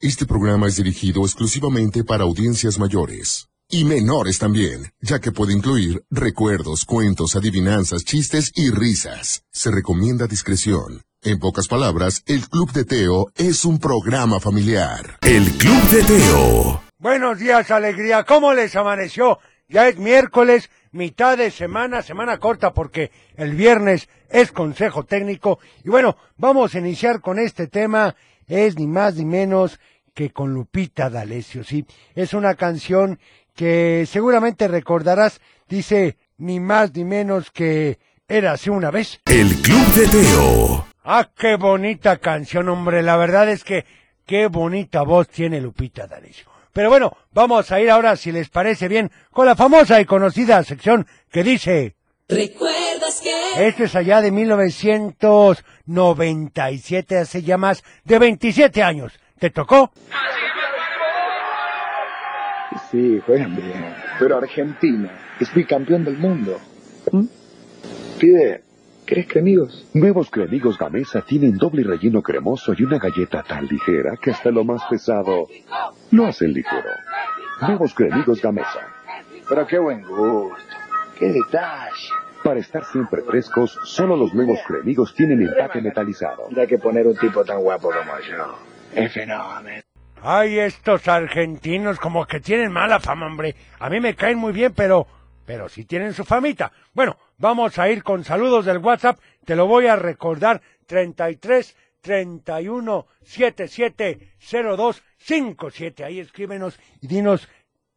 Este programa es dirigido exclusivamente para audiencias mayores y menores también, ya que puede incluir recuerdos, cuentos, adivinanzas, chistes y risas. Se recomienda discreción. En pocas palabras, el Club de Teo es un programa familiar. El Club de Teo. Buenos días, alegría. ¿Cómo les amaneció? Ya es miércoles, mitad de semana, semana corta porque el viernes es consejo técnico. Y bueno, vamos a iniciar con este tema. Es ni más ni menos que con Lupita D'Alessio, sí. Es una canción que seguramente recordarás. Dice ni más ni menos que era así una vez. El Club de Teo. Ah, qué bonita canción, hombre. La verdad es que qué bonita voz tiene Lupita D'Alessio. Pero bueno, vamos a ir ahora, si les parece bien, con la famosa y conocida sección que dice... ¿Recuerdas que? Esto es allá de 1997, hace ya más de 27 años. ¿Te tocó? Sí, juegan bien. Pero Argentina es bicampeón del mundo. ¿Mm? Pide, ¿crees que amigos? Nuevos cremigos Gamesa tienen doble relleno cremoso y una galleta tan ligera que hasta lo más pesado lo hacen ligero. Nuevos cremigos Gamesa. Pero qué buen gusto. Qué detalle. Para estar siempre frescos, solo los nuevos cremigos tienen empaque metalizado. Da que poner un tipo tan guapo como yo. Es fenómeno. Ay, estos argentinos como que tienen mala fama, hombre. A mí me caen muy bien, pero... Pero sí tienen su famita. Bueno, vamos a ir con saludos del WhatsApp. Te lo voy a recordar. 33 31 77 02 57. Ahí escríbenos y dinos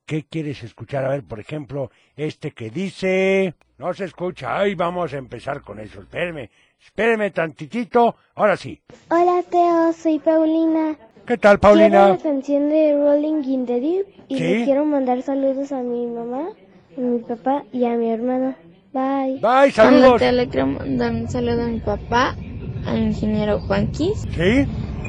qué quieres escuchar. A ver, por ejemplo, este que dice... No se escucha. Ay, vamos a empezar con eso. Espéreme. Espéreme tantitito. Ahora sí. Hola Teo, soy Paulina. ¿Qué tal, Quiero Paulina? la canción de Rolling in the Deep y ¿Sí? le quiero mandar saludos a mi mamá, a mi papá y a mi hermano. Bye, Bye. Hola, saludos. te le quiero mandar un saludo a mi papá, al ingeniero Juanquis, ¿Sí?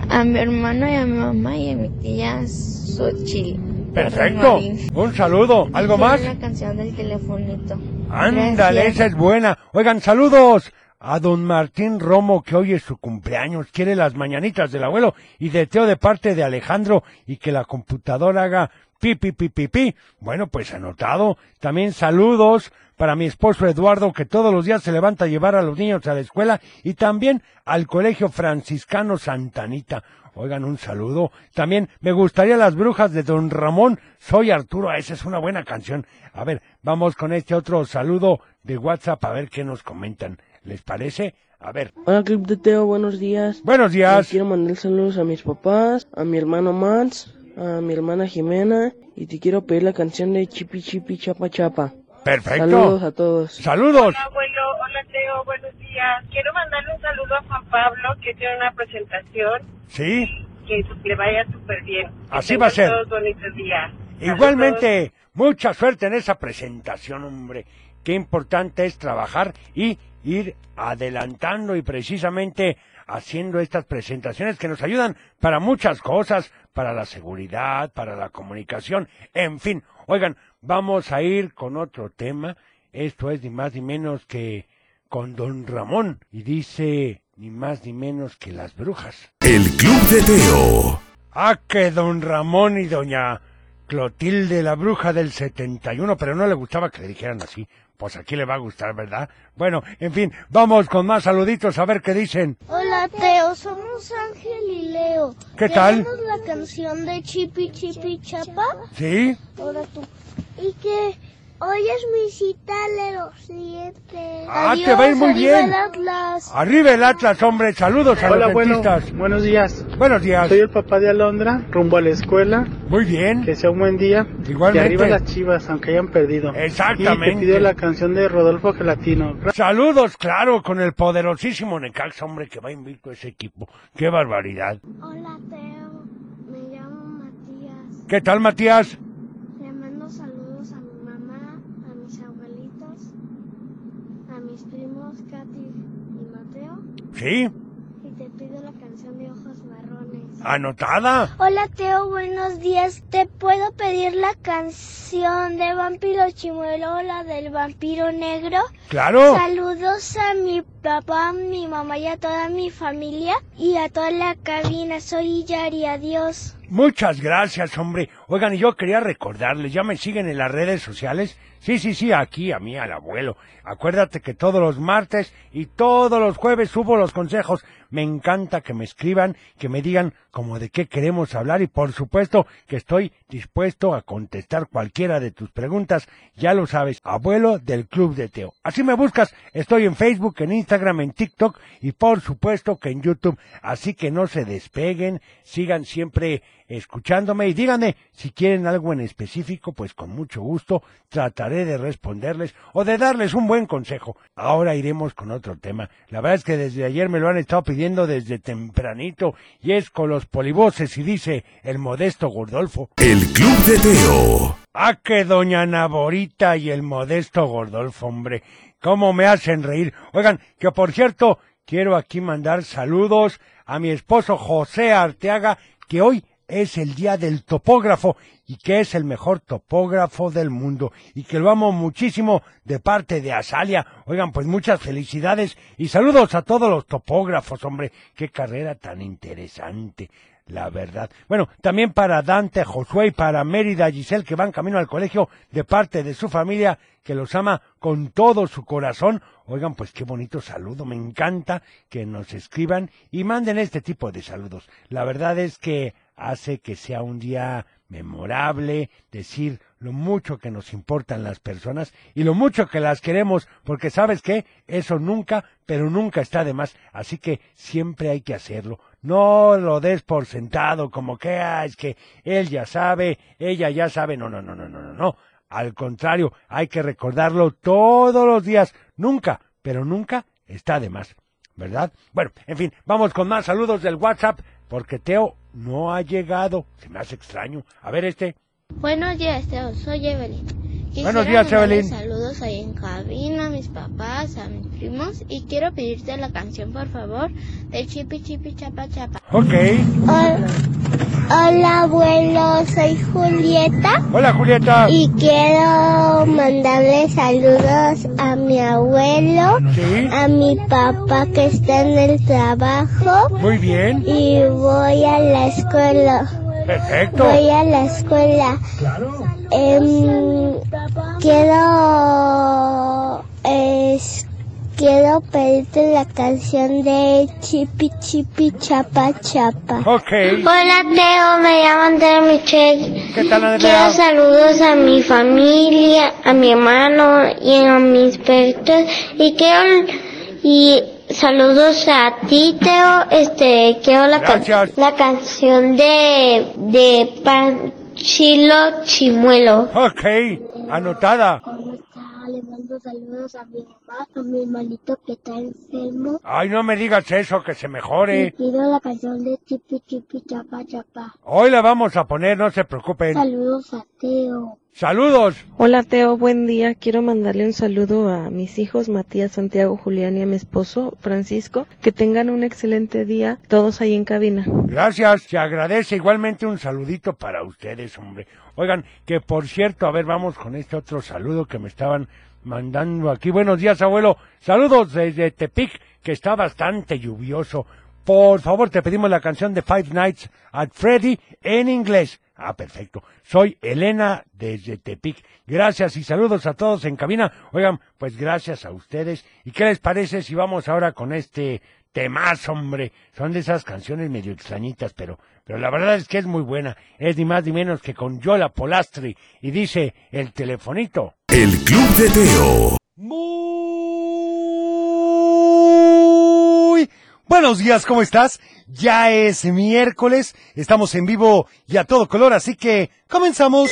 a mi hermano y a mi mamá y a mi tía Xochitl. Perfecto. Marín. Un saludo. ¿Algo Quiero más? La canción del telefonito. Ándale, esa Gracias. es buena. Oigan, saludos a don Martín Romo, que hoy es su cumpleaños. Quiere las mañanitas del abuelo y deseo de parte de Alejandro y que la computadora haga pi, pi, pi, pi, pi. Bueno, pues anotado. También saludos para mi esposo Eduardo, que todos los días se levanta a llevar a los niños a la escuela y también al colegio franciscano Santanita. Oigan, un saludo. También me gustaría las brujas de Don Ramón. Soy Arturo. Ah, Esa es una buena canción. A ver, vamos con este otro saludo de WhatsApp a ver qué nos comentan. ¿Les parece? A ver. Hola Club de Teo, buenos días. Buenos Eh, días. Quiero mandar saludos a mis papás, a mi hermano Mats, a mi hermana Jimena y te quiero pedir la canción de Chipi Chipi Chapa Chapa. Saludos Perfecto. a todos. Saludos. Abuelo, hola Teo, buenos días. Quiero mandarle un saludo a Juan Pablo, que tiene una presentación, Sí. que le vaya súper bien. Que Así va a tengan ser. Todos bonitos días. Saludos. Igualmente, mucha suerte en esa presentación, hombre. Qué importante es trabajar y ir adelantando y precisamente haciendo estas presentaciones que nos ayudan para muchas cosas, para la seguridad, para la comunicación, en fin. Oigan, vamos a ir con otro tema. Esto es ni más ni menos que con don Ramón y dice ni más ni menos que las brujas. El Club de Teo. Ah, que don Ramón y doña Clotilde, la bruja del 71, pero no le gustaba que le dijeran así. Pues aquí le va a gustar, ¿verdad? Bueno, en fin, vamos con más saluditos a ver qué dicen. Hola Teo, somos Ángel y Leo. ¿Qué tal? Queremos la canción de Chipi Chipi Chapa. ¿Sí? Ahora tú. Y que hoy es mi cita de los siete. Ah, te va a ir muy arriba bien. Ah. el Atlas. Arriba el Atlas, hombre. Saludos a Hola, los bueno, dentistas. buenos días. Buenos días. Soy el papá de Alondra, rumbo a la escuela. Muy bien. Que sea un buen día. Igualmente. Y arriba las chivas, aunque hayan perdido. Exactamente. Y te pido la canción de Rodolfo Gelatino. Gra- Saludos, claro, con el poderosísimo Necaxa, hombre, que va invicto ese equipo. ¡Qué barbaridad! Hola Teo, me llamo Matías. ¿Qué tal, Matías? Le mando saludos a mi mamá, a mis abuelitos, a mis primos Katy y Mateo ¿Sí? y te pido la canción de Ojos Marrones. ¿Anotada? Hola Teo, buenos días. ¿Te puedo pedir la canción de Vampiro Chimuelo, la del Vampiro Negro? ¡Claro! Saludos a mi papá, mi mamá y a toda mi familia y a toda la cabina. Soy Yari, adiós. Muchas gracias, hombre. Oigan, y yo quería recordarles, ya me siguen en las redes sociales. Sí, sí, sí, aquí, a mí, al abuelo. Acuérdate que todos los martes y todos los jueves subo los consejos. Me encanta que me escriban, que me digan como de qué queremos hablar y por supuesto que estoy dispuesto a contestar cualquiera de tus preguntas. Ya lo sabes, abuelo del Club de Teo. Así me buscas, estoy en Facebook, en Instagram, en TikTok y por supuesto que en YouTube. Así que no se despeguen, sigan siempre escuchándome y díganme si quieren algo en específico, pues con mucho gusto trataré de responderles o de darles un buen consejo. Ahora iremos con otro tema. La verdad es que desde ayer me lo han estado pidiendo desde tempranito y es con los polivoces y dice el modesto Gordolfo. El Club de Teo. Ah, que doña Naborita y el modesto Gordolfo, hombre. ¿Cómo me hacen reír? Oigan, que por cierto, quiero aquí mandar saludos a mi esposo José Arteaga, que hoy es el día del topógrafo y que es el mejor topógrafo del mundo y que lo amo muchísimo de parte de Azalia. Oigan, pues muchas felicidades y saludos a todos los topógrafos, hombre. Qué carrera tan interesante. La verdad. Bueno, también para Dante, Josué y para Mérida Giselle que van camino al colegio de parte de su familia que los ama con todo su corazón. Oigan, pues qué bonito saludo. Me encanta que nos escriban y manden este tipo de saludos. La verdad es que hace que sea un día memorable, decir lo mucho que nos importan las personas y lo mucho que las queremos, porque sabes qué, eso nunca, pero nunca está de más, así que siempre hay que hacerlo. No lo des por sentado como que ah, es que él ya sabe, ella ya sabe, no, no, no, no, no, no, no. Al contrario, hay que recordarlo todos los días, nunca, pero nunca está de más, ¿verdad? Bueno, en fin, vamos con más saludos del WhatsApp porque Teo no ha llegado. Se me hace extraño. A ver este. Buenos días, Teo. Soy Evelyn. Quisiera Buenos días, mandarle Evelyn. Saludos ahí en cabina, a mis papás, a mis primos. Y quiero pedirte la canción, por favor, de Chipi Chipi Chapa Chapa. Ok. Hola, hola, abuelo. Soy Julieta. Hola, Julieta. Y quiero mandarle saludos a mi abuelo, Sí. a mi papá que está en el trabajo. Muy bien. Y voy a la escuela. Perfecto. Voy a la escuela. Em, quiero es- quiero pedirte la canción de Chipi Chipi Chapa Chapa. Ok. Hola Teo, me llamo Andrea Michel. ¿Qué tal, Quiero Andrea? saludos a mi familia, a mi hermano y a mis perritos. Y quiero y saludos a ti, Teo. Este, quiero la, can- Gracias. la canción de, de Panchilo Chimuelo. Ok. Anotada. Le mando saludos a mi mamá, a mi hermanito que está enfermo. Ay, no me digas eso, que se Y mejore. pido la canción de Chipi Chipi Chapa Chapa. Hoy la vamos a poner, no se preocupen. Saludos a Teo. Saludos. Hola Teo, buen día. Quiero mandarle un saludo a mis hijos Matías, Santiago, Julián y a mi esposo Francisco. Que tengan un excelente día todos ahí en cabina. Gracias, se agradece igualmente un saludito para ustedes, hombre. Oigan, que por cierto, a ver, vamos con este otro saludo que me estaban mandando aquí. Buenos días, abuelo. Saludos desde Tepic, que está bastante lluvioso. Por favor, te pedimos la canción de Five Nights at Freddy en inglés. Ah, perfecto. Soy Elena desde Tepic. Gracias y saludos a todos en cabina. Oigan, pues gracias a ustedes. ¿Y qué les parece si vamos ahora con este Temas, hombre. Son de esas canciones medio extrañitas, pero, pero la verdad es que es muy buena. Es ni más ni menos que con Yola Polastri. Y dice el telefonito. El Club de Teo. Muy buenos días, ¿cómo estás? Ya es miércoles, estamos en vivo y a todo color, así que comenzamos.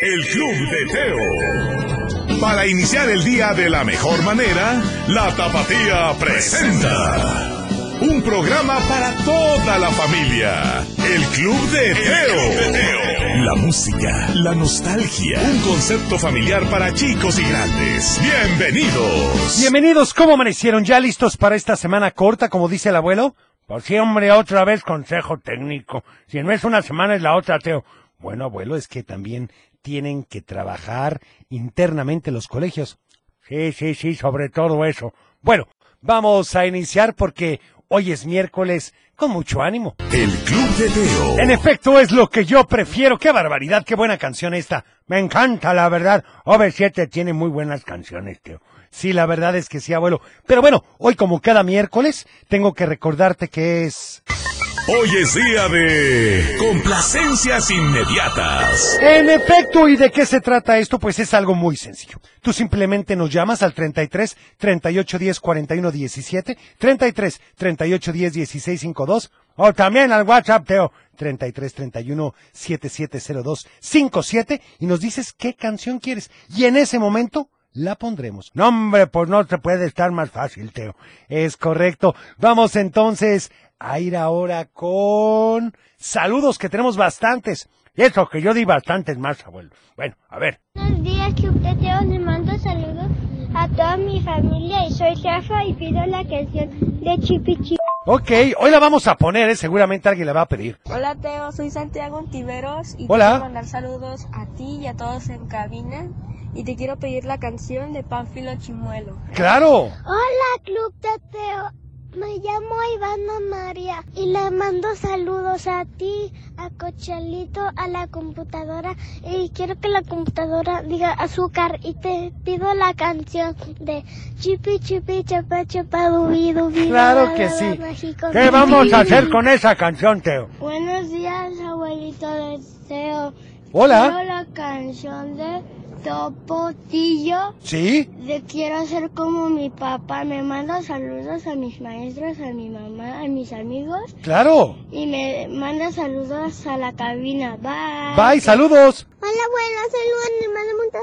El Club de Teo. Para iniciar el día de la mejor manera, la Tapatía presenta un programa para toda la familia. El Club de Teo. La música, la nostalgia, un concepto familiar para chicos y grandes. Bienvenidos. Bienvenidos, ¿cómo amanecieron? ¿Ya listos para esta semana corta, como dice el abuelo? Pues sí, hombre, otra vez consejo técnico. Si no es una semana, es la otra, Teo. Bueno, abuelo, es que también tienen que trabajar internamente los colegios. Sí, sí, sí, sobre todo eso. Bueno, vamos a iniciar porque Hoy es miércoles, con mucho ánimo. El Club de Teo. En efecto, es lo que yo prefiero. ¡Qué barbaridad! ¡Qué buena canción esta! Me encanta, la verdad. OV7 tiene muy buenas canciones, Teo. Sí, la verdad es que sí, abuelo. Pero bueno, hoy como cada miércoles, tengo que recordarte que es... Hoy es día de complacencias inmediatas. En efecto, ¿y de qué se trata esto? Pues es algo muy sencillo. Tú simplemente nos llamas al 33 38 10 41 17, 33 38 10 16 52 o también al WhatsApp Teo 33 31 7702 57 y nos dices qué canción quieres y en ese momento la pondremos. No, hombre, pues no te puede estar más fácil, Teo. Es correcto. Vamos entonces a ir ahora con saludos que tenemos bastantes. Eso que yo di bastantes más, abuelo. Bueno, a ver. Buenos días, Club de Teo. Les mando saludos a toda mi familia y soy Rafa y pido la canción de Chipichi. Ok, hoy la vamos a poner, ¿eh? seguramente alguien la va a pedir. Hola Teo, soy Santiago Tiveros y Hola. quiero mandar saludos a ti y a todos en cabina y te quiero pedir la canción de Pánfilo Chimuelo. ¡Claro! Hola, Club de Teo. Me llamo Ivana María y le mando saludos a ti, a Cochelito, a la computadora y quiero que la computadora diga azúcar y te pido la canción de Chipi Chipi Chapa Chapa Dubi Dubi. Claro la, que la, la, sí. mágico, ¿Qué dubi, vamos a dubi. hacer con esa canción, Teo? Buenos días, abuelito Deseo. Hola. Quiero la canción de Topotillo. ¿Sí? De quiero ser como mi papá. Me manda saludos a mis maestros, a mi mamá, a mis amigos. ¡Claro! Y me manda saludos a la cabina. Bye. ¡Bye, saludos! Hola, abuela. Saludos. Me manda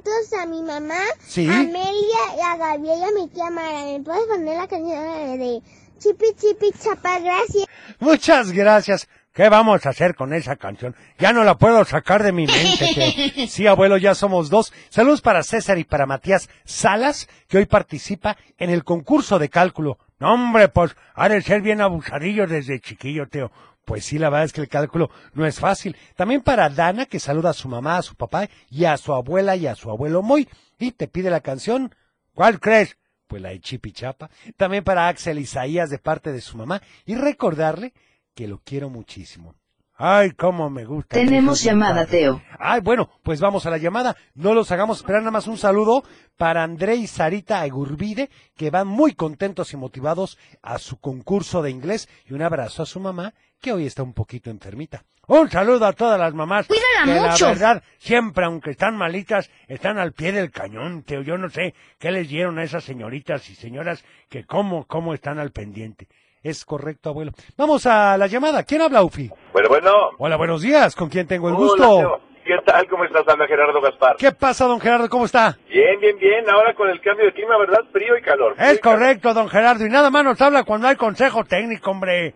muchos a mi mamá. Sí. A Amelia, y a Gabriel y a mi tía Mara. ¿Me puedes poner la canción de Chipi Chipi Chapa? Gracias. Muchas gracias. ¿Qué vamos a hacer con esa canción? Ya no la puedo sacar de mi mente. Teo. Sí, abuelo, ya somos dos. Saludos para César y para Matías Salas, que hoy participa en el concurso de cálculo. No, hombre, pues ha de ser bien abusadillo desde chiquillo, Teo. Pues sí, la verdad es que el cálculo no es fácil. También para Dana, que saluda a su mamá, a su papá y a su abuela y a su abuelo Moy. Y te pide la canción. ¿Cuál crees? Pues la de Chipichapa. También para Axel Isaías de parte de su mamá. Y recordarle que lo quiero muchísimo. Ay, cómo me gusta. Tenemos llamada, Teo. Ay, bueno, pues vamos a la llamada. No los hagamos esperar nada más un saludo para André y Sarita Egurbide, que van muy contentos y motivados a su concurso de inglés. Y un abrazo a su mamá, que hoy está un poquito enfermita. Un saludo a todas las mamás. Cuídala que mucho. La verdad, siempre, aunque están malitas, están al pie del cañón, Teo. Yo no sé qué les dieron a esas señoritas y señoras que cómo, cómo están al pendiente. Es correcto, abuelo. Vamos a la llamada. ¿Quién habla, Ufi? Bueno, bueno. Hola, buenos días. ¿Con quién tengo el Hola, gusto? Teo. ¿Qué tal? ¿Cómo estás? Habla Gerardo Gaspar. ¿Qué pasa, don Gerardo? ¿Cómo está? Bien, bien, bien. Ahora con el cambio de clima, ¿verdad? Frío y calor. Es correcto, don Gerardo. Y nada más nos habla cuando hay consejo técnico, hombre.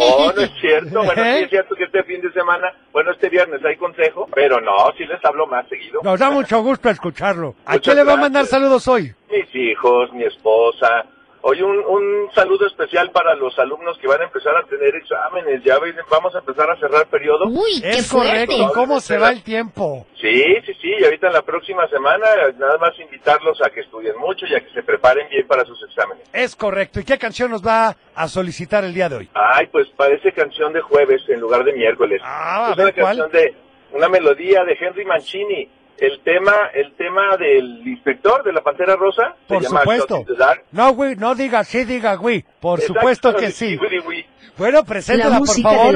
No, no es cierto. Bueno, sí es cierto que este fin de semana, bueno, este viernes hay consejo, pero no, sí les hablo más seguido. Nos da mucho gusto escucharlo. ¿A Muchas quién le va a gracias. mandar saludos hoy? Mis hijos, mi esposa. Hoy un, un saludo especial para los alumnos que van a empezar a tener exámenes. Ya ven, vamos a empezar a cerrar periodo. es correcto. ¿Cómo se va el tiempo? Sí, sí, sí, y ahorita en la próxima semana nada más invitarlos a que estudien mucho y a que se preparen bien para sus exámenes. Es correcto. ¿Y qué canción nos va a solicitar el día de hoy? Ay, pues parece canción de jueves en lugar de miércoles. Ah, a es una ver, ¿cuál? canción de una melodía de Henry Mancini. El tema, el tema del inspector de la Pantera Rosa se Por llama supuesto. Shot in the Dark. No, güey, no diga sí, diga güey. Por Exacto, supuesto que sí. Willy Wee. Bueno, preséntala, por favor.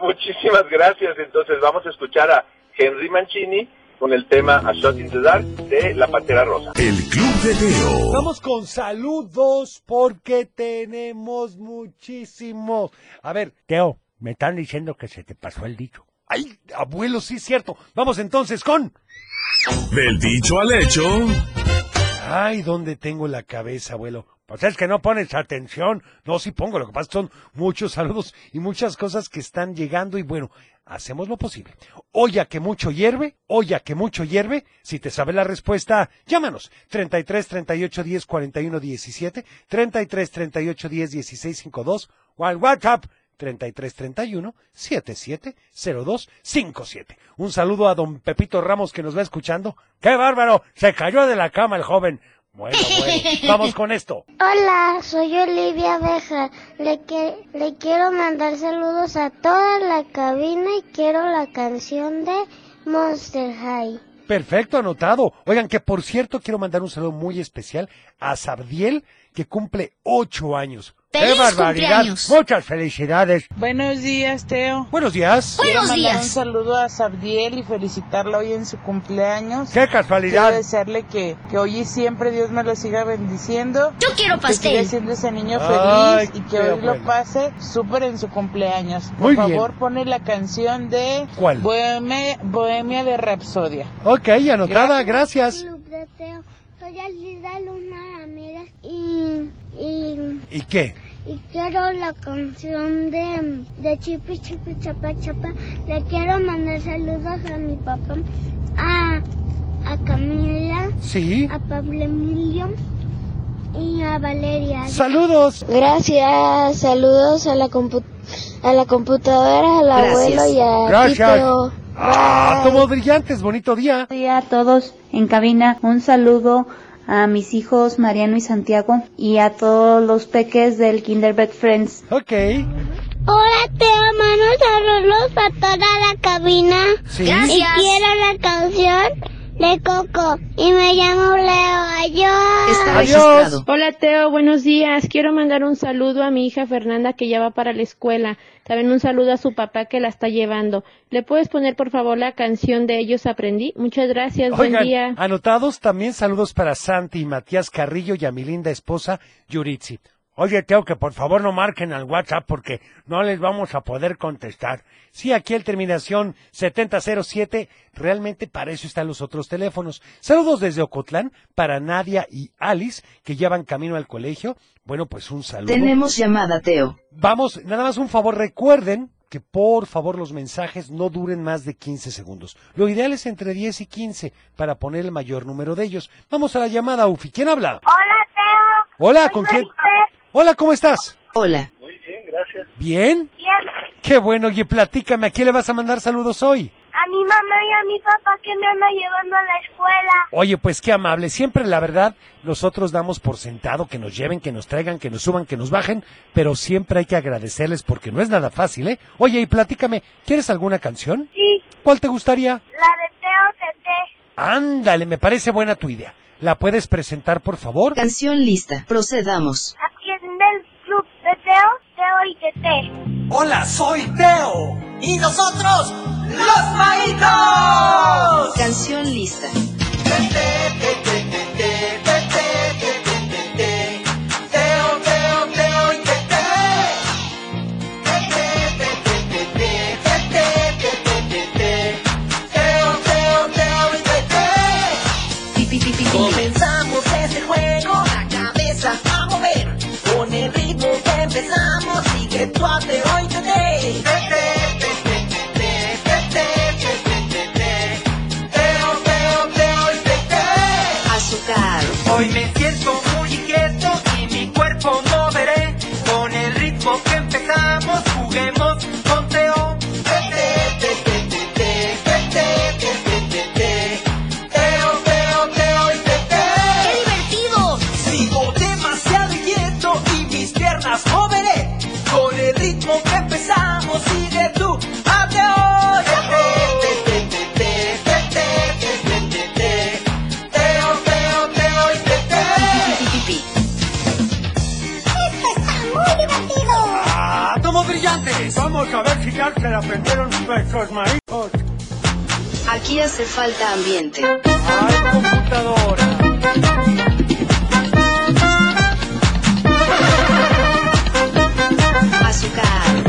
Muchísimas gracias. Entonces vamos a escuchar a Henry Mancini con el tema A Shot in the Dark de la Pantera Rosa. El Club de Teo. Vamos con saludos porque tenemos muchísimos. A ver, Teo, me están diciendo que se te pasó el dicho. Ay, abuelo, sí es cierto. Vamos entonces con... Del dicho al hecho. Ay, ¿dónde tengo la cabeza, abuelo? Pues es que no pones atención. No, sí pongo. Lo que pasa es que son muchos saludos y muchas cosas que están llegando y bueno, hacemos lo posible. Olla que mucho hierve, olla que mucho hierve. Si te sabe la respuesta, llámanos. 33 38 10 41 17, 33 38 10 16 52 o al WhatsApp 3331 770257. Un saludo a don Pepito Ramos que nos va escuchando. ¡Qué bárbaro! Se cayó de la cama el joven. Bueno, bueno, vamos con esto. Hola, soy Olivia Beja. Le, que- le quiero mandar saludos a toda la cabina y quiero la canción de Monster High. Perfecto, anotado. Oigan, que por cierto quiero mandar un saludo muy especial a Sabdiel, que cumple ocho años. ¡Feliz ¡Qué barbaridad! cumpleaños! Muchas felicidades. Buenos días, Teo. Buenos días. Quiero mandar Un saludo a Sabdiel y felicitarla hoy en su cumpleaños. ¡Qué casualidad! Quiero desearle que, que hoy y siempre Dios me lo siga bendiciendo. Yo quiero pastel. Que siga siendo ese niño feliz Ay, y qué que hoy bueno. lo pase súper en su cumpleaños. Por Muy bien. favor, pone la canción de ¿Cuál? Bohemia, Bohemia de Rapsodia. Ok, anotada, gracias. Club de Teo. Soy Alida Luna Ramírez y, y, ¿Y qué? y quiero la canción de, de Chipi Chipi Chapa Chapa. Le quiero mandar saludos a mi papá, a, a Camila, Sí. a Pablo Emilio y a Valeria. Saludos. Gracias, saludos a la compu- a la computadora, al Gracias. abuelo y a Gracias. Tito. ¡Ah, todos brillantes! Bonito día. Buen día a todos en cabina. Un saludo a mis hijos Mariano y Santiago y a todos los peques del Kinderbed Friends. Ok. Hola, te amamos saludos para toda la cabina. Sí. Gracias. Y quiero la canción de Coco. Y me llamo Leo. Adiós. Hola Teo, buenos días. Quiero mandar un saludo a mi hija Fernanda que ya va para la escuela. También un saludo a su papá que la está llevando. ¿Le puedes poner por favor la canción de Ellos Aprendí? Muchas gracias, buen día. Oigan, anotados también saludos para Santi y Matías Carrillo y a mi linda esposa Yuritsi. Oye, Teo, que por favor no marquen al WhatsApp porque no les vamos a poder contestar. Sí, aquí el terminación 7007, realmente para eso están los otros teléfonos. Saludos desde Ocotlán para Nadia y Alice, que ya van camino al colegio. Bueno, pues un saludo. Tenemos llamada, Teo. Vamos, nada más un favor, recuerden que por favor los mensajes no duren más de 15 segundos. Lo ideal es entre 10 y 15 para poner el mayor número de ellos. Vamos a la llamada, Ufi. ¿Quién habla? Hola, Teo. Hola, ¿con quién? Hola, ¿cómo estás? Hola. Muy bien, gracias. ¿Bien? Bien. Qué bueno, oye, platícame, ¿a quién le vas a mandar saludos hoy? A mi mamá y a mi papá que me andan llevando a la escuela. Oye, pues qué amable. Siempre, la verdad, nosotros damos por sentado que nos lleven, que nos traigan, que nos suban, que nos bajen, pero siempre hay que agradecerles porque no es nada fácil, ¿eh? Oye, y platícame, ¿quieres alguna canción? Sí. ¿Cuál te gustaría? La de Teo Tete. Ándale, me parece buena tu idea. ¿La puedes presentar, por favor? Canción lista. Procedamos. Aquí en el club de Teo, Teo y Tete. Hola, soy Teo. Y nosotros, ¡Los Maitos! Canción lista. Teo, Teo, Teo y Tete. Teo, Teo, Teo y Tete. Comenzamos ese juego, la cabeza a mover. Con el ritmo que empezamos, sigue tu ate hoy Tete. Tete, tete, tete, tete, tete. Teo, Teo, Teo y Tete. Azúcar. Hoy me siento muy inquieto y mi cuerpo moveré con el ritmo que empezamos. Juguemos con Teo. Teo, Teo, Teo y Tete. ¡Qué divertido! Sigo demasiado inquieto y mis piernas moveré con el ritmo que empezamos. Y de tú a Teo. Teo, Teo, Teo y Tete. Esto está muy divertido. ¡Ah, tomos brillantes! Vamos a ver si ya se la aprendieron nuestros maízos. Aquí hace falta ambiente. Azúcar.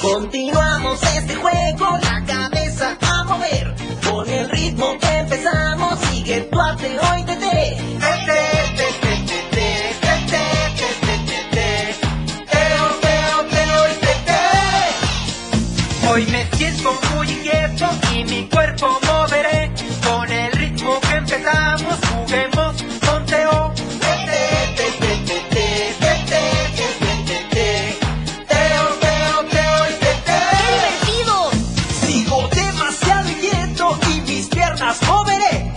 Continuamos este juego, la cabeza a mover. Con el ritmo que empezamos, sigue tu arte hoy, Tete. Tete, Tete, Tete, Tete, Tete, Tete. Teo, Teo, Teo y Tete. Hoy me siento muy inquieto y mi cuerpo moveré con el ritmo que empezamos. Juguemos con Teo. Teo, Teo, Teo y Tete. ¡Qué divertido! Sigo demasiado inquieto y mis piernas moveré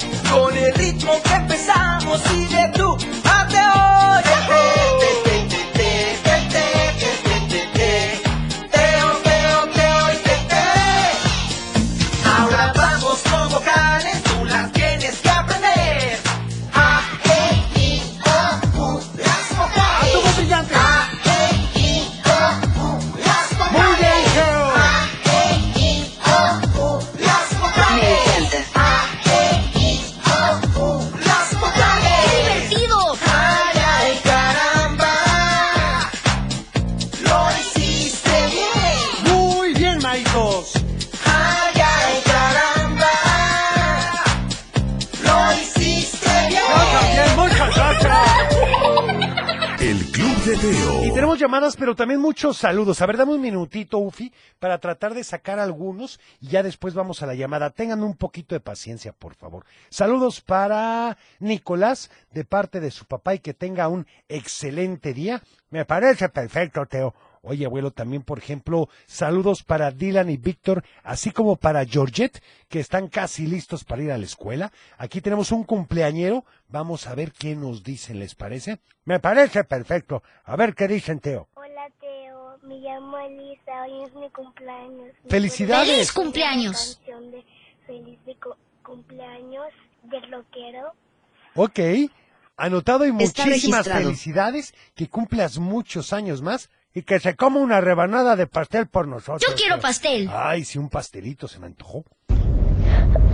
Teteo. Y tenemos llamadas, pero también muchos saludos. A ver, dame un minutito, Ufi, para tratar de sacar algunos y ya después vamos a la llamada. Tengan un poquito de paciencia, por favor. Saludos para Nicolás de parte de su papá y que tenga un excelente día. Me parece perfecto, Teo. Oye, abuelo, también, por ejemplo, saludos para Dylan y Víctor, así como para Georgette, que están casi listos para ir a la escuela. Aquí tenemos un cumpleañero. Vamos a ver qué nos dicen, ¿les parece? Me parece perfecto. A ver qué dicen, Teo. Hola Teo, me llamo Elisa, hoy es mi cumpleaños. ¡Felicidades! ¡Feliz cumpleaños! canción de feliz de cu- cumpleaños del rockero. Ok. Anotado y Está muchísimas registrado. felicidades, que cumplas muchos años más y que se coma una rebanada de pastel por nosotros. Yo quiero Teo. pastel. Ay, si un pastelito se me antojó.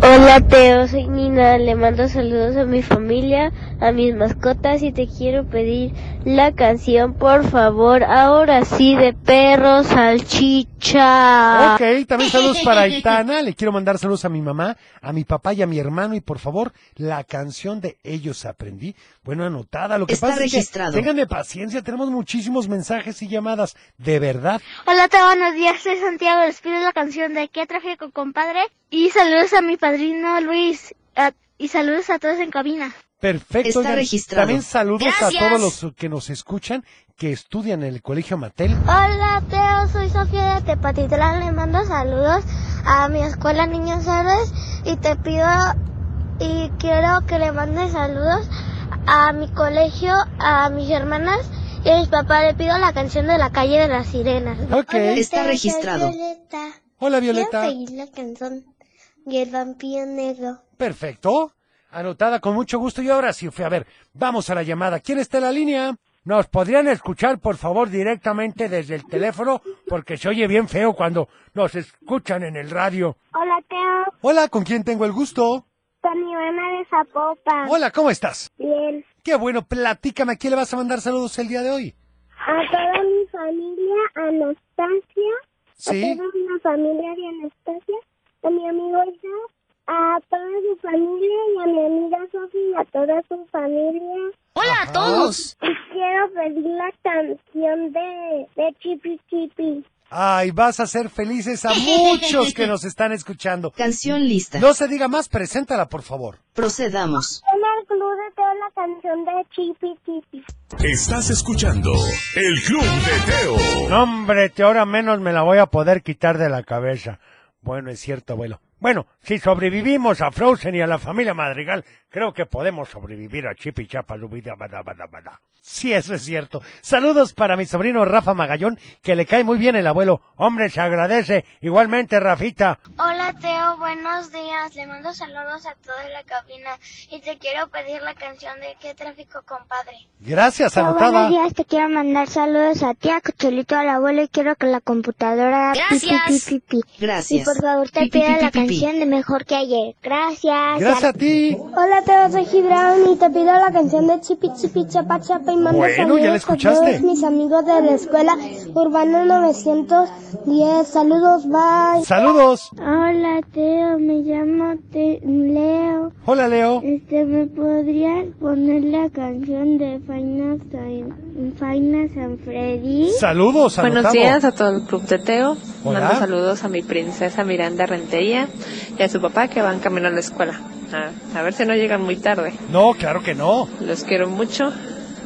Hola Teo, soy Nina, le mando saludos a mi familia, a mis mascotas y te quiero pedir la canción por favor, ahora sí de perro Ah. salchicha. Ok, también saludos para Aitana. Le quiero mandar saludos a mi mamá, a mi papá y a mi hermano. Y por favor, la canción de Ellos Aprendí. Bueno, anotada. Lo que Está pasa registrado. es que ténganme paciencia. Tenemos muchísimos mensajes y llamadas. De verdad. Hola Teo, buenos días, soy Santiago, les pido la canción de ¿Qué tráfico compadre? Y saludos a mi padrino Luis a- y saludos a todos en cabina. Perfecto. Está oigan. registrado. También saludos Gracias. a todos los que nos escuchan, que estudian en el Colegio Matel. Hola Teo, soy Sofía de Tepatitlán, le mando saludos a mi escuela Niños Héroes y te pido y quiero que le mandes saludos a mi colegio, a mis hermanas y a mis papás, le pido la canción de la calle de las sirenas. Ok. Está registrado. Hola, Violeta. la canción y el vampiro negro. Perfecto. Anotada con mucho gusto. Y ahora sí, fue a ver, vamos a la llamada. ¿Quién está en la línea? Nos podrían escuchar, por favor, directamente desde el teléfono, porque se oye bien feo cuando nos escuchan en el radio. Hola Teo, Hola, ¿con quién tengo el gusto? con Ivana de Zapopan. Hola, ¿cómo estás? Bien. Qué bueno, platícame, ¿a quién le vas a mandar saludos el día de hoy? A toda mi familia, a Anastasia, Sí. a toda mi familia de Anastasia, a mi amigo Isaac, a toda su familia y a mi amiga Sofía y a toda su familia. ¡Hola a todos! Y quiero pedir la canción de, de Chipi Chipi. Ay, vas a ser felices a muchos que nos están escuchando. Canción lista. No se diga más, preséntala, por favor. Procedamos. En el club de Teo la canción de Chipi Chipi. Estás escuchando el Club de Teo. No, hombre, te ahora menos me la voy a poder quitar de la cabeza. Bueno, es cierto, abuelo. Bueno, si sobrevivimos a Frozen y a la familia Madrigal, creo que podemos sobrevivir a Chip y Chapa, Lubida, bada, bada, bada. Sí, eso es cierto. Saludos para mi sobrino Rafa Magallón, que le cae muy bien el abuelo. Hombre, se agradece. Igualmente, Rafita. Hola Teo, buenos días. Le mando saludos a toda la cabina y te quiero pedir la canción de ¿Qué tráfico, compadre? Gracias, Hola, anotada. Buenos días, te quiero mandar saludos a ti, a Cochelito, al abuelo y quiero que la computadora... pi, pi, Gracias. pi, pi, pi. Gracias. Y por favor te Pi, pi, pido pi, la pi, pi, pi. canción de Mejor que ayer. Gracias. Gracias a ti. Hola, Teo, soy Gibran y te pido la canción de Chipi Chipi Chapa Chapa y mando Bueno, ya la saludos escuchaste. a todos mis amigos de la escuela Urbano 910. Saludos, bye. Saludos. Hola, Teo, me llamo Leo. Hola, Leo. Este, ¿me podrías poner la canción de Final San, Freddy? Saludos, Buenos anotado. días a todo el club de Teo. Hola. Mando saludos a mi princesa Miranda Rentería y a su papá que van camino a la escuela. A, a ver si no llegan muy tarde. No, claro que no. Los quiero mucho.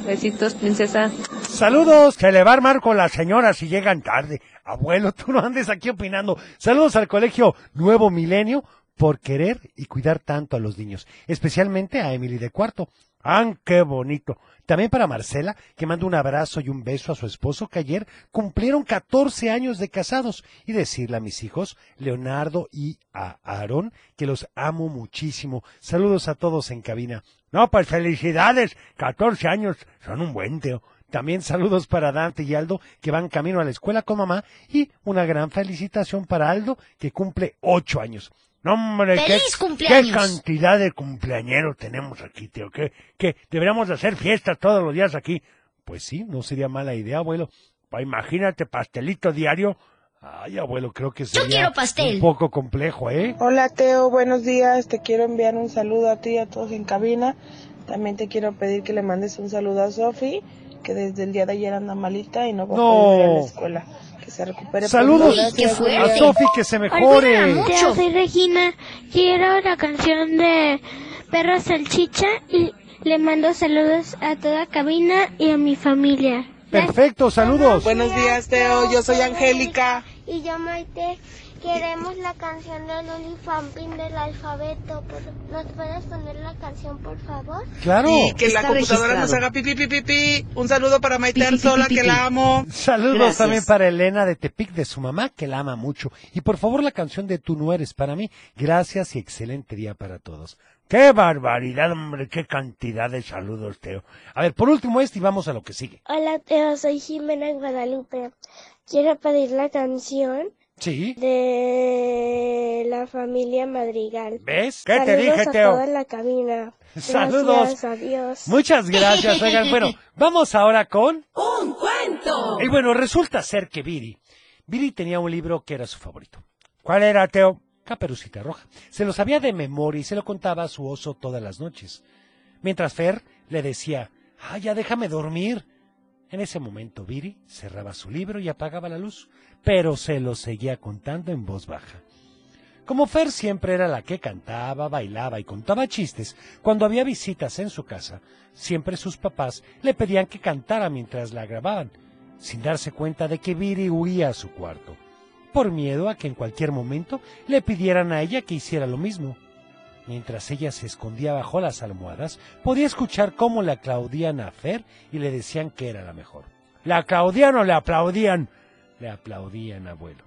Besitos, princesa. Saludos, se le va a armar con las señoras si llegan tarde. Abuelo, tú no andes aquí opinando. Saludos al colegio Nuevo Milenio por querer y cuidar tanto a los niños, especialmente a Emily de Cuarto. ¡Ah, qué bonito! También para Marcela, que manda un abrazo y un beso a su esposo, que ayer cumplieron 14 años de casados. Y decirle a mis hijos, Leonardo y a Aarón, que los amo muchísimo. Saludos a todos en cabina. No, pues felicidades. 14 años son un buen teo. También saludos para Dante y Aldo, que van camino a la escuela con mamá, y una gran felicitación para Aldo, que cumple ocho años. No, hombre, qué, ¡Feliz cumpleaños! qué cantidad de cumpleañeros tenemos aquí, tío. Que, que deberíamos de hacer fiestas todos los días aquí. Pues sí, no sería mala idea, abuelo. Pa, imagínate, pastelito diario. Ay, abuelo, creo que sería quiero pastel. un poco complejo, ¿eh? Hola Teo, buenos días. Te quiero enviar un saludo a ti y a todos en cabina. También te quiero pedir que le mandes un saludo a Sofi, que desde el día de ayer anda malita y no va a poder ir a la No. escuela. Que se recupere. Saludos pronto. Gracias, a Julián. Sofi, que se mejore. Yo soy Regina. Quiero la canción de Perro Salchicha y le mando saludos a toda cabina y a mi familia. Perfecto, saludos. Buenos días, Teo. Yo soy Angélica. Y yo, Maite, queremos la canción de Loli Fampin del alfabeto. Por- ¿Nos puedes poner la canción, por favor? Claro. Y que la Está computadora registrado. nos haga pipi, pipi, pipi. Un saludo para Maite Arzola, que la amo. Saludos también para Elena de Tepic, de su mamá, que la ama mucho. Y por favor, la canción de Tú no eres para mí. Gracias y excelente día para todos. ¡Qué barbaridad, hombre! ¡Qué cantidad de saludos, Teo! A ver, por último este y vamos a lo que sigue. Hola, Teo, soy Jimena Guadalupe. Quiero pedir la canción Sí. de la familia Madrigal. ¿Ves? ¿Qué te dije, Teo? la cabina. Saludos. adiós. Muchas gracias, oigan. Bueno, vamos ahora con... ¡Un cuento! Y bueno, resulta ser que Viri, Viri tenía un libro que era su favorito. ¿Cuál era, Teo? Caperucita Roja. Se lo sabía de memoria y se lo contaba a su oso todas las noches. Mientras Fer le decía, ah, ya déjame dormir. En ese momento Viri cerraba su libro y apagaba la luz, pero se lo seguía contando en voz baja. Como Fer siempre era la que cantaba, bailaba y contaba chistes, cuando había visitas en su casa, siempre sus papás le pedían que cantara mientras la grababan, sin darse cuenta de que Viri huía a su cuarto, por miedo a que en cualquier momento le pidieran a ella que hiciera lo mismo. Mientras ella se escondía bajo las almohadas, podía escuchar cómo la aplaudían a Fer y le decían que era la mejor. ¿La aplaudían o le aplaudían? Le aplaudían, abuelo.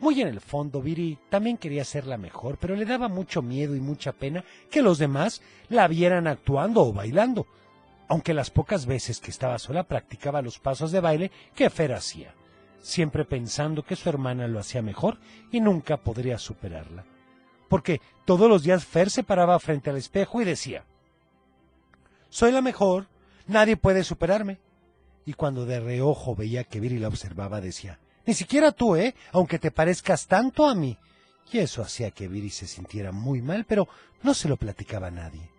Muy en el fondo, Viri también quería ser la mejor, pero le daba mucho miedo y mucha pena que los demás la vieran actuando o bailando, aunque las pocas veces que estaba sola practicaba los pasos de baile que Fer hacía, siempre pensando que su hermana lo hacía mejor y nunca podría superarla. Porque todos los días Fer se paraba frente al espejo y decía, soy la mejor, nadie puede superarme. Y cuando de reojo veía que Viri la observaba, decía, ni siquiera tú, ¿eh? Aunque te parezcas tanto a mí. Y eso hacía que Viri se sintiera muy mal, pero no se lo platicaba a nadie.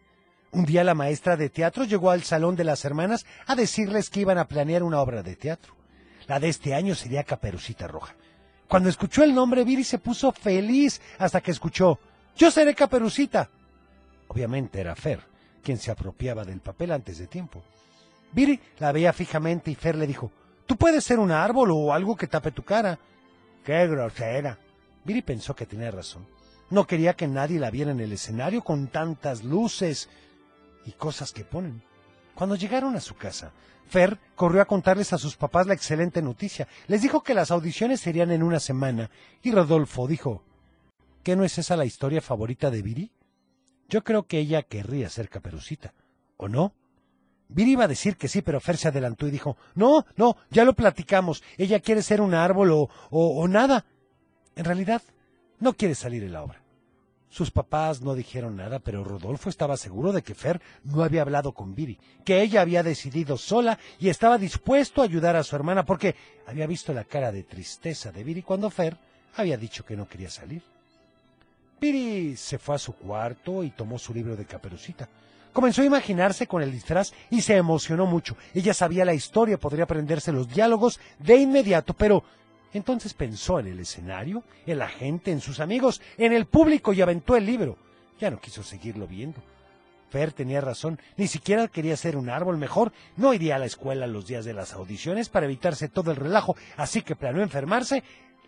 Un día la maestra de teatro llegó al salón de las hermanas a decirles que iban a planear una obra de teatro. La de este año sería Caperucita Roja. Cuando escuchó el nombre, Viri se puso feliz hasta que escuchó, Yo seré Caperucita. Obviamente era Fer, quien se apropiaba del papel antes de tiempo. Viri la veía fijamente y Fer le dijo, Tú puedes ser un árbol o algo que tape tu cara. ¡Qué grosera! Viri pensó que tenía razón. No quería que nadie la viera en el escenario con tantas luces y cosas que ponen. Cuando llegaron a su casa, Fer corrió a contarles a sus papás la excelente noticia. Les dijo que las audiciones serían en una semana y Rodolfo dijo, ¿qué no es esa la historia favorita de Viri? Yo creo que ella querría ser caperucita, ¿o no? Viri iba a decir que sí, pero Fer se adelantó y dijo, no, no, ya lo platicamos, ella quiere ser un árbol o, o- o nada. En realidad, no quiere salir en la obra. Sus papás no dijeron nada, pero Rodolfo estaba seguro de que Fer no había hablado con Viri, que ella había decidido sola y estaba dispuesto a ayudar a su hermana porque había visto la cara de tristeza de Viri cuando Fer había dicho que no quería salir. Piri se fue a su cuarto y tomó su libro de caperucita. Comenzó a imaginarse con el disfraz y se emocionó mucho. Ella sabía la historia, podría aprenderse los diálogos de inmediato, pero entonces pensó en el escenario, en la gente, en sus amigos, en el público y aventó el libro. Ya no quiso seguirlo viendo. Fer tenía razón, ni siquiera quería ser un árbol mejor, no iría a la escuela los días de las audiciones para evitarse todo el relajo, así que planeó enfermarse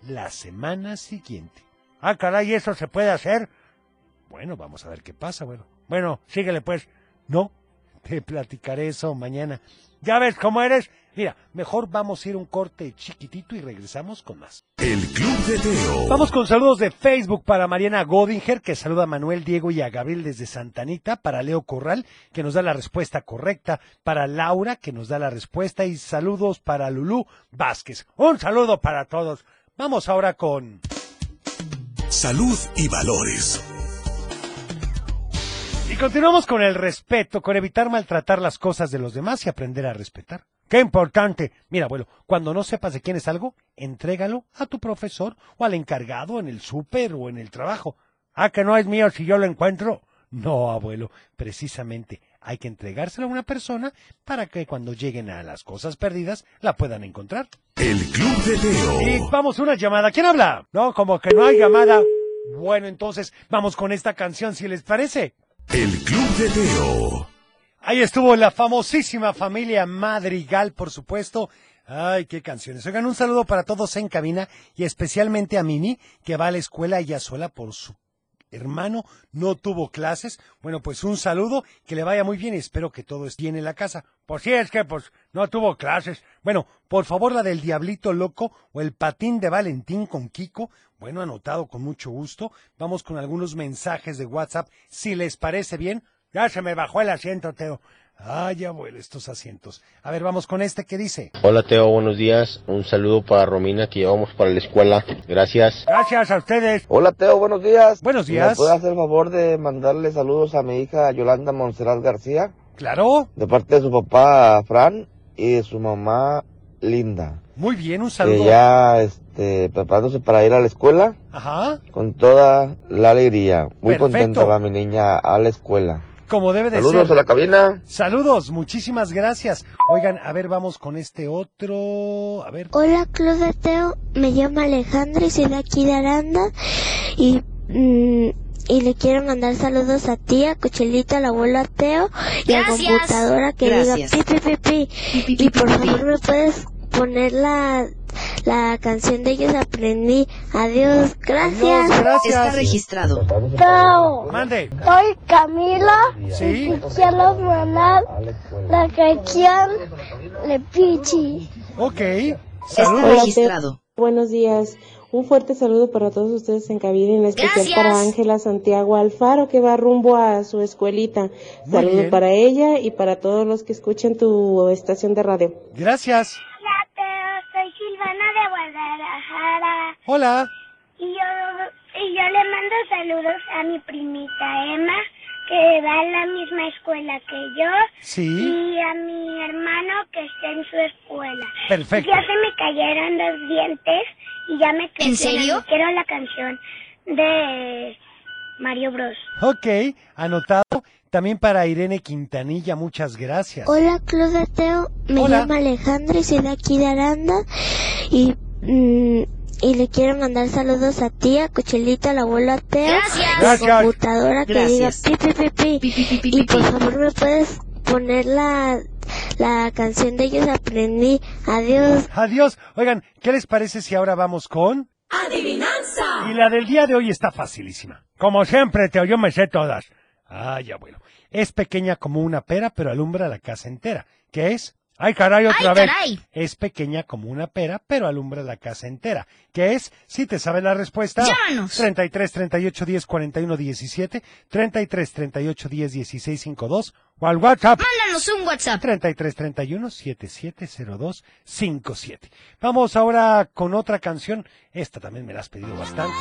la semana siguiente. Ah, caray, ¿eso se puede hacer? Bueno, vamos a ver qué pasa, bueno. Bueno, síguele pues. No, te platicaré eso mañana. ¿Ya ves cómo eres? Mira, mejor vamos a ir un corte chiquitito y regresamos con más. El Club de Teo. Vamos con saludos de Facebook para Mariana Godinger, que saluda a Manuel Diego y a Gabriel desde Santanita, para Leo Corral, que nos da la respuesta correcta, para Laura, que nos da la respuesta, y saludos para Lulú Vázquez. Un saludo para todos. Vamos ahora con... Salud y valores. Y continuamos con el respeto, con evitar maltratar las cosas de los demás y aprender a respetar. ¡Qué importante! Mira, abuelo, cuando no sepas de quién es algo, entrégalo a tu profesor o al encargado en el súper o en el trabajo. Ah, que no es mío si yo lo encuentro. No, abuelo, precisamente hay que entregárselo a una persona para que cuando lleguen a las cosas perdidas la puedan encontrar. El Club de Teo. Y vamos, una llamada. ¿Quién habla? No, como que no hay llamada. Bueno, entonces vamos con esta canción si les parece. El Club de Teo. Ahí estuvo la famosísima familia Madrigal, por supuesto. Ay, qué canciones. Oigan, un saludo para todos en cabina y especialmente a Mini, que va a la escuela ya sola por su hermano, no tuvo clases. Bueno, pues un saludo, que le vaya muy bien y espero que todo esté bien en la casa. Pues sí, es que pues no tuvo clases. Bueno, por favor la del Diablito Loco o el Patín de Valentín con Kiko. Bueno, anotado con mucho gusto. Vamos con algunos mensajes de WhatsApp, si les parece bien. Ya se me bajó el asiento, Teo. Ay, abuelo, estos asientos. A ver, vamos con este que dice. Hola Teo, buenos días. Un saludo para Romina que llevamos para la escuela. Gracias. Gracias a ustedes. Hola Teo, buenos días. Buenos días. ¿Me puede hacer el favor de mandarle saludos a mi hija Yolanda Monserrat García? Claro. De parte de su papá Fran y de su mamá Linda. Muy bien, un Que saludo. ya este, preparándose para ir a la escuela Ajá. con toda la alegría. Muy Perfecto. contenta va mi niña a la escuela. Como debe de Saludos ser. a la cabina. Saludos, muchísimas gracias. Oigan, a ver, vamos con este otro. A ver. Hola, Club de Teo. Me llamo Alejandro y soy de aquí de Aranda. Y, mm, y le quiero mandar saludos a ti, a Cochelito, al abuelo Ateo y Gracias. a computadora que Gracias. diga pi, pi, pi, pi. Y por favor, ¿me puedes poner la, la canción de ellos aprendí? Adiós, gracias. Adiós, Está gracias. registrado. Teo, Mande. soy Camila Sí. quiero mandar la canción de Pichi. Ok. Está Saludos. registrado. Buenos días. Un fuerte saludo para todos ustedes en cabina, en especial Gracias. para Ángela Santiago Alfaro, que va rumbo a su escuelita. Muy Saludo bien. para ella y para todos los que escuchan tu estación de radio. Gracias. Hola, Teo, soy Silvana de Guadalajara Hola. y yo, y yo le mando saludos a mi primita Emma, que va a la misma escuela que yo, Sí. y a mi hermano que está en su escuela. Perfecto. Ya se me cayeron los dientes y ya me crecieron. serio? Quiero la canción de Mario Bros. Ok, anotado. También para Irene Quintanilla, muchas gracias. Hola, Club de Teo. Me Hola. llamo Alejandro y soy de aquí de Aranda. Y, mm, y le quiero mandar saludos a ti, a Cochelito, al abuelo Teo. Gracias. A la computadora que diga Gracias. pi, pi, pi, pi. Y por favor, ¿me puedes poner la, la canción de ellos aprendí? Adiós. Adiós. Oigan, ¿qué les parece si ahora vamos con... Adivinanza. Y la del día de hoy está facilísima. Como siempre, Teo, yo me sé todas. Ay, abuelo. Es pequeña como una pera, pero alumbra la casa entera. ¿Qué es? Ay, caray, otra vez. Es pequeña como una pera, pero alumbra la casa entera. ¿Qué es? Si te sabes la respuesta. Llámanos. 33 38 10 41 17, 33 38 10 16 52 o al WhatsApp Mándanos un WhatsApp. 33 31 7702 57. Vamos ahora con otra canción. Esta también me la has pedido bastante.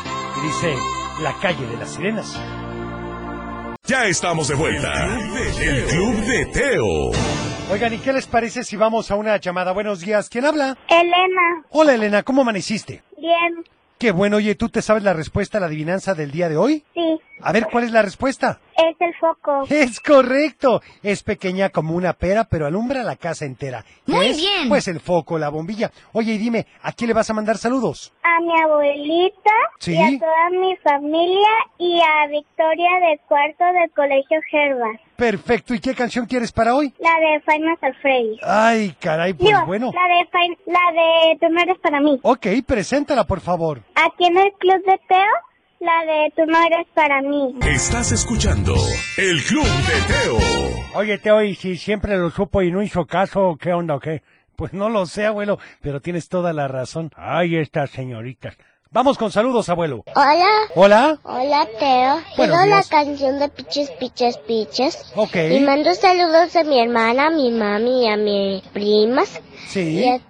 Y dice La calle de las sirenas. Ya estamos de vuelta. El Club de Teo. Oigan, ¿y qué les parece si vamos a una llamada? Buenos días, ¿quién habla? Elena, Hola Elena, ¿cómo amaneciste? bien, Qué bueno, oye, ¿tú te sabes la respuesta a la adivinanza del día de hoy? sí, A ver, ¿cuál es la respuesta? es el foco. Es correcto. Es pequeña como una pera, pero alumbra la casa entera. ¿Qué Muy es? bien. Pues el foco, la bombilla. Oye, y dime, ¿a quién le vas a mandar saludos? A mi abuelita Sí. y a toda mi familia y a Victoria de cuarto del Colegio Gerba, Perfecto. ¿Y qué canción quieres para hoy? la de Final Alfreddy. Ay, caray, pues Digo, bueno. La de, Fin- la de Tú no eres para mí. Ok, preséntala, por favor. Aquí en el Club de Teo, la de Tú no eres para mí. Estás escuchando El Club de Teo. Oye, Teo, y si siempre lo supo y no hizo caso, ¿qué onda o qué? Pues no lo sé, abuelo, pero tienes toda la razón. Ay, estas señoritas. Vamos con saludos, abuelo. Hola, Hola. hola Teo. Buenos Quiero la días. canción de Piches, Piches, Piches. Ok. Y mando saludos a mi hermana, a mi mami, y a mis primas Sí. y, a,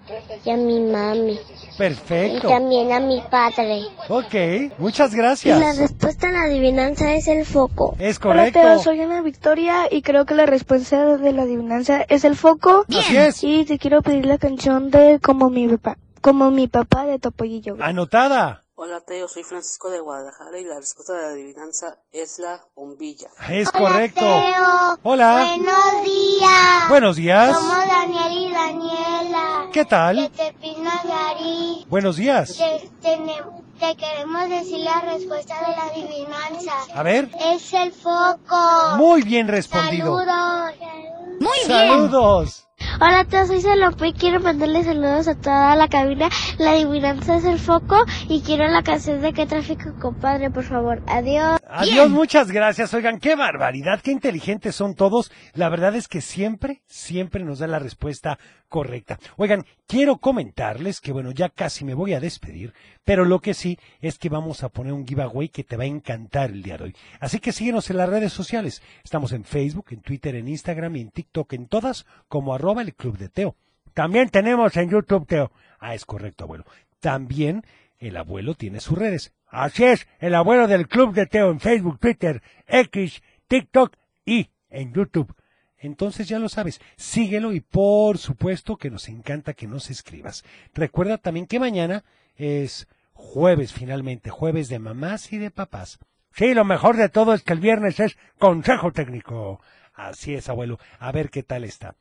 y a mi mami. Y Perfecto. también a mi padre. Ok, muchas gracias. respuesta a la adivinanza es el foco. Es Hola, correcto. Teo, soy Ana Victoria y creo que la respuesta de la adivinanza es el foco. Así es. Y te quiero pedir la canción de Como mi papá, como mi papá de Topollillo. Anotada. Hola Teo, soy Francisco de Guadalajara y la respuesta de la adivinanza es la bombilla. Es correcto. Teo. Hola. Buenos días. Buenos días. Somos Daniel y Daniela. ¿Qué tal? De Tepino Nayarit. Buenos días. Te, tenem- te queremos decir la respuesta de la adivinanza. A ver. Es el foco. Muy bien respondido. Saludos. Muy Saludos. Hola, todos soy Salomé y quiero mandarle saludos a toda la cabina. La adivinanza es el foco y quiero la canción de qué tráfico, compadre, por favor. Adiós. Adiós, muchas gracias. Oigan, qué barbaridad, qué inteligentes son todos. La verdad es que siempre, siempre nos da la respuesta correcta. Oigan, quiero comentarles que, bueno, ya casi me voy a despedir, pero lo que sí es que vamos a poner un giveaway que te va a encantar el día de hoy. Así que síguenos en las redes sociales. Estamos en Facebook, en Twitter, en Instagram y en TikTok, en todas, como arroba el Club de Teo. También tenemos en YouTube, Teo. Ah, es correcto, abuelo. También el abuelo tiene sus redes. Así es, el abuelo del Club de Teo en Facebook, Twitter, X, TikTok y en YouTube. Entonces ya lo sabes, síguelo y por supuesto que nos encanta que nos escribas. Recuerda también que mañana es jueves finalmente, jueves de mamás y de papás. Sí, lo mejor de todo es que el viernes es consejo técnico. Así es, abuelo. A ver qué tal está.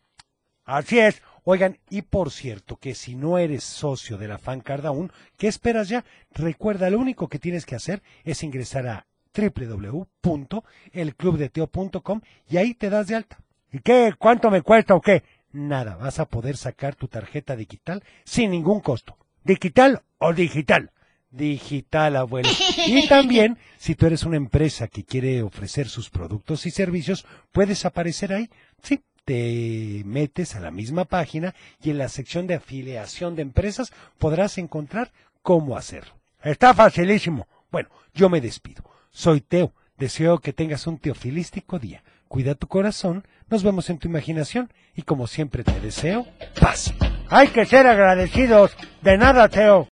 Así es. Oigan, y por cierto, que si no eres socio de la Fancarda aún, ¿qué esperas ya? Recuerda, lo único que tienes que hacer es ingresar a www.elclubdeteo.com y ahí te das de alta. ¿Y qué? ¿Cuánto me cuesta o qué? Nada, vas a poder sacar tu tarjeta digital sin ningún costo. ¿Digital o digital? digital, abuelo. Y también, si tú eres una empresa que quiere ofrecer sus productos y servicios, puedes aparecer ahí. Sí, te metes a la misma página y en la sección de afiliación de empresas podrás encontrar cómo hacerlo. Está facilísimo. Bueno, yo me despido. Soy Teo. Deseo que tengas un teofilístico día. Cuida tu corazón, nos vemos en tu imaginación y como siempre te deseo, paz. Hay que ser agradecidos. De nada, Teo.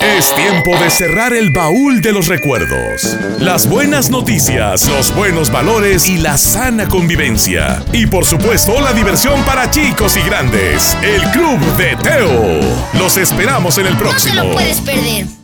Es tiempo de cerrar el baúl de los recuerdos. Las buenas noticias, los buenos valores y la sana convivencia. Y por supuesto, la diversión para chicos y grandes. El Club de Teo. Los esperamos en el próximo. Puedes perder.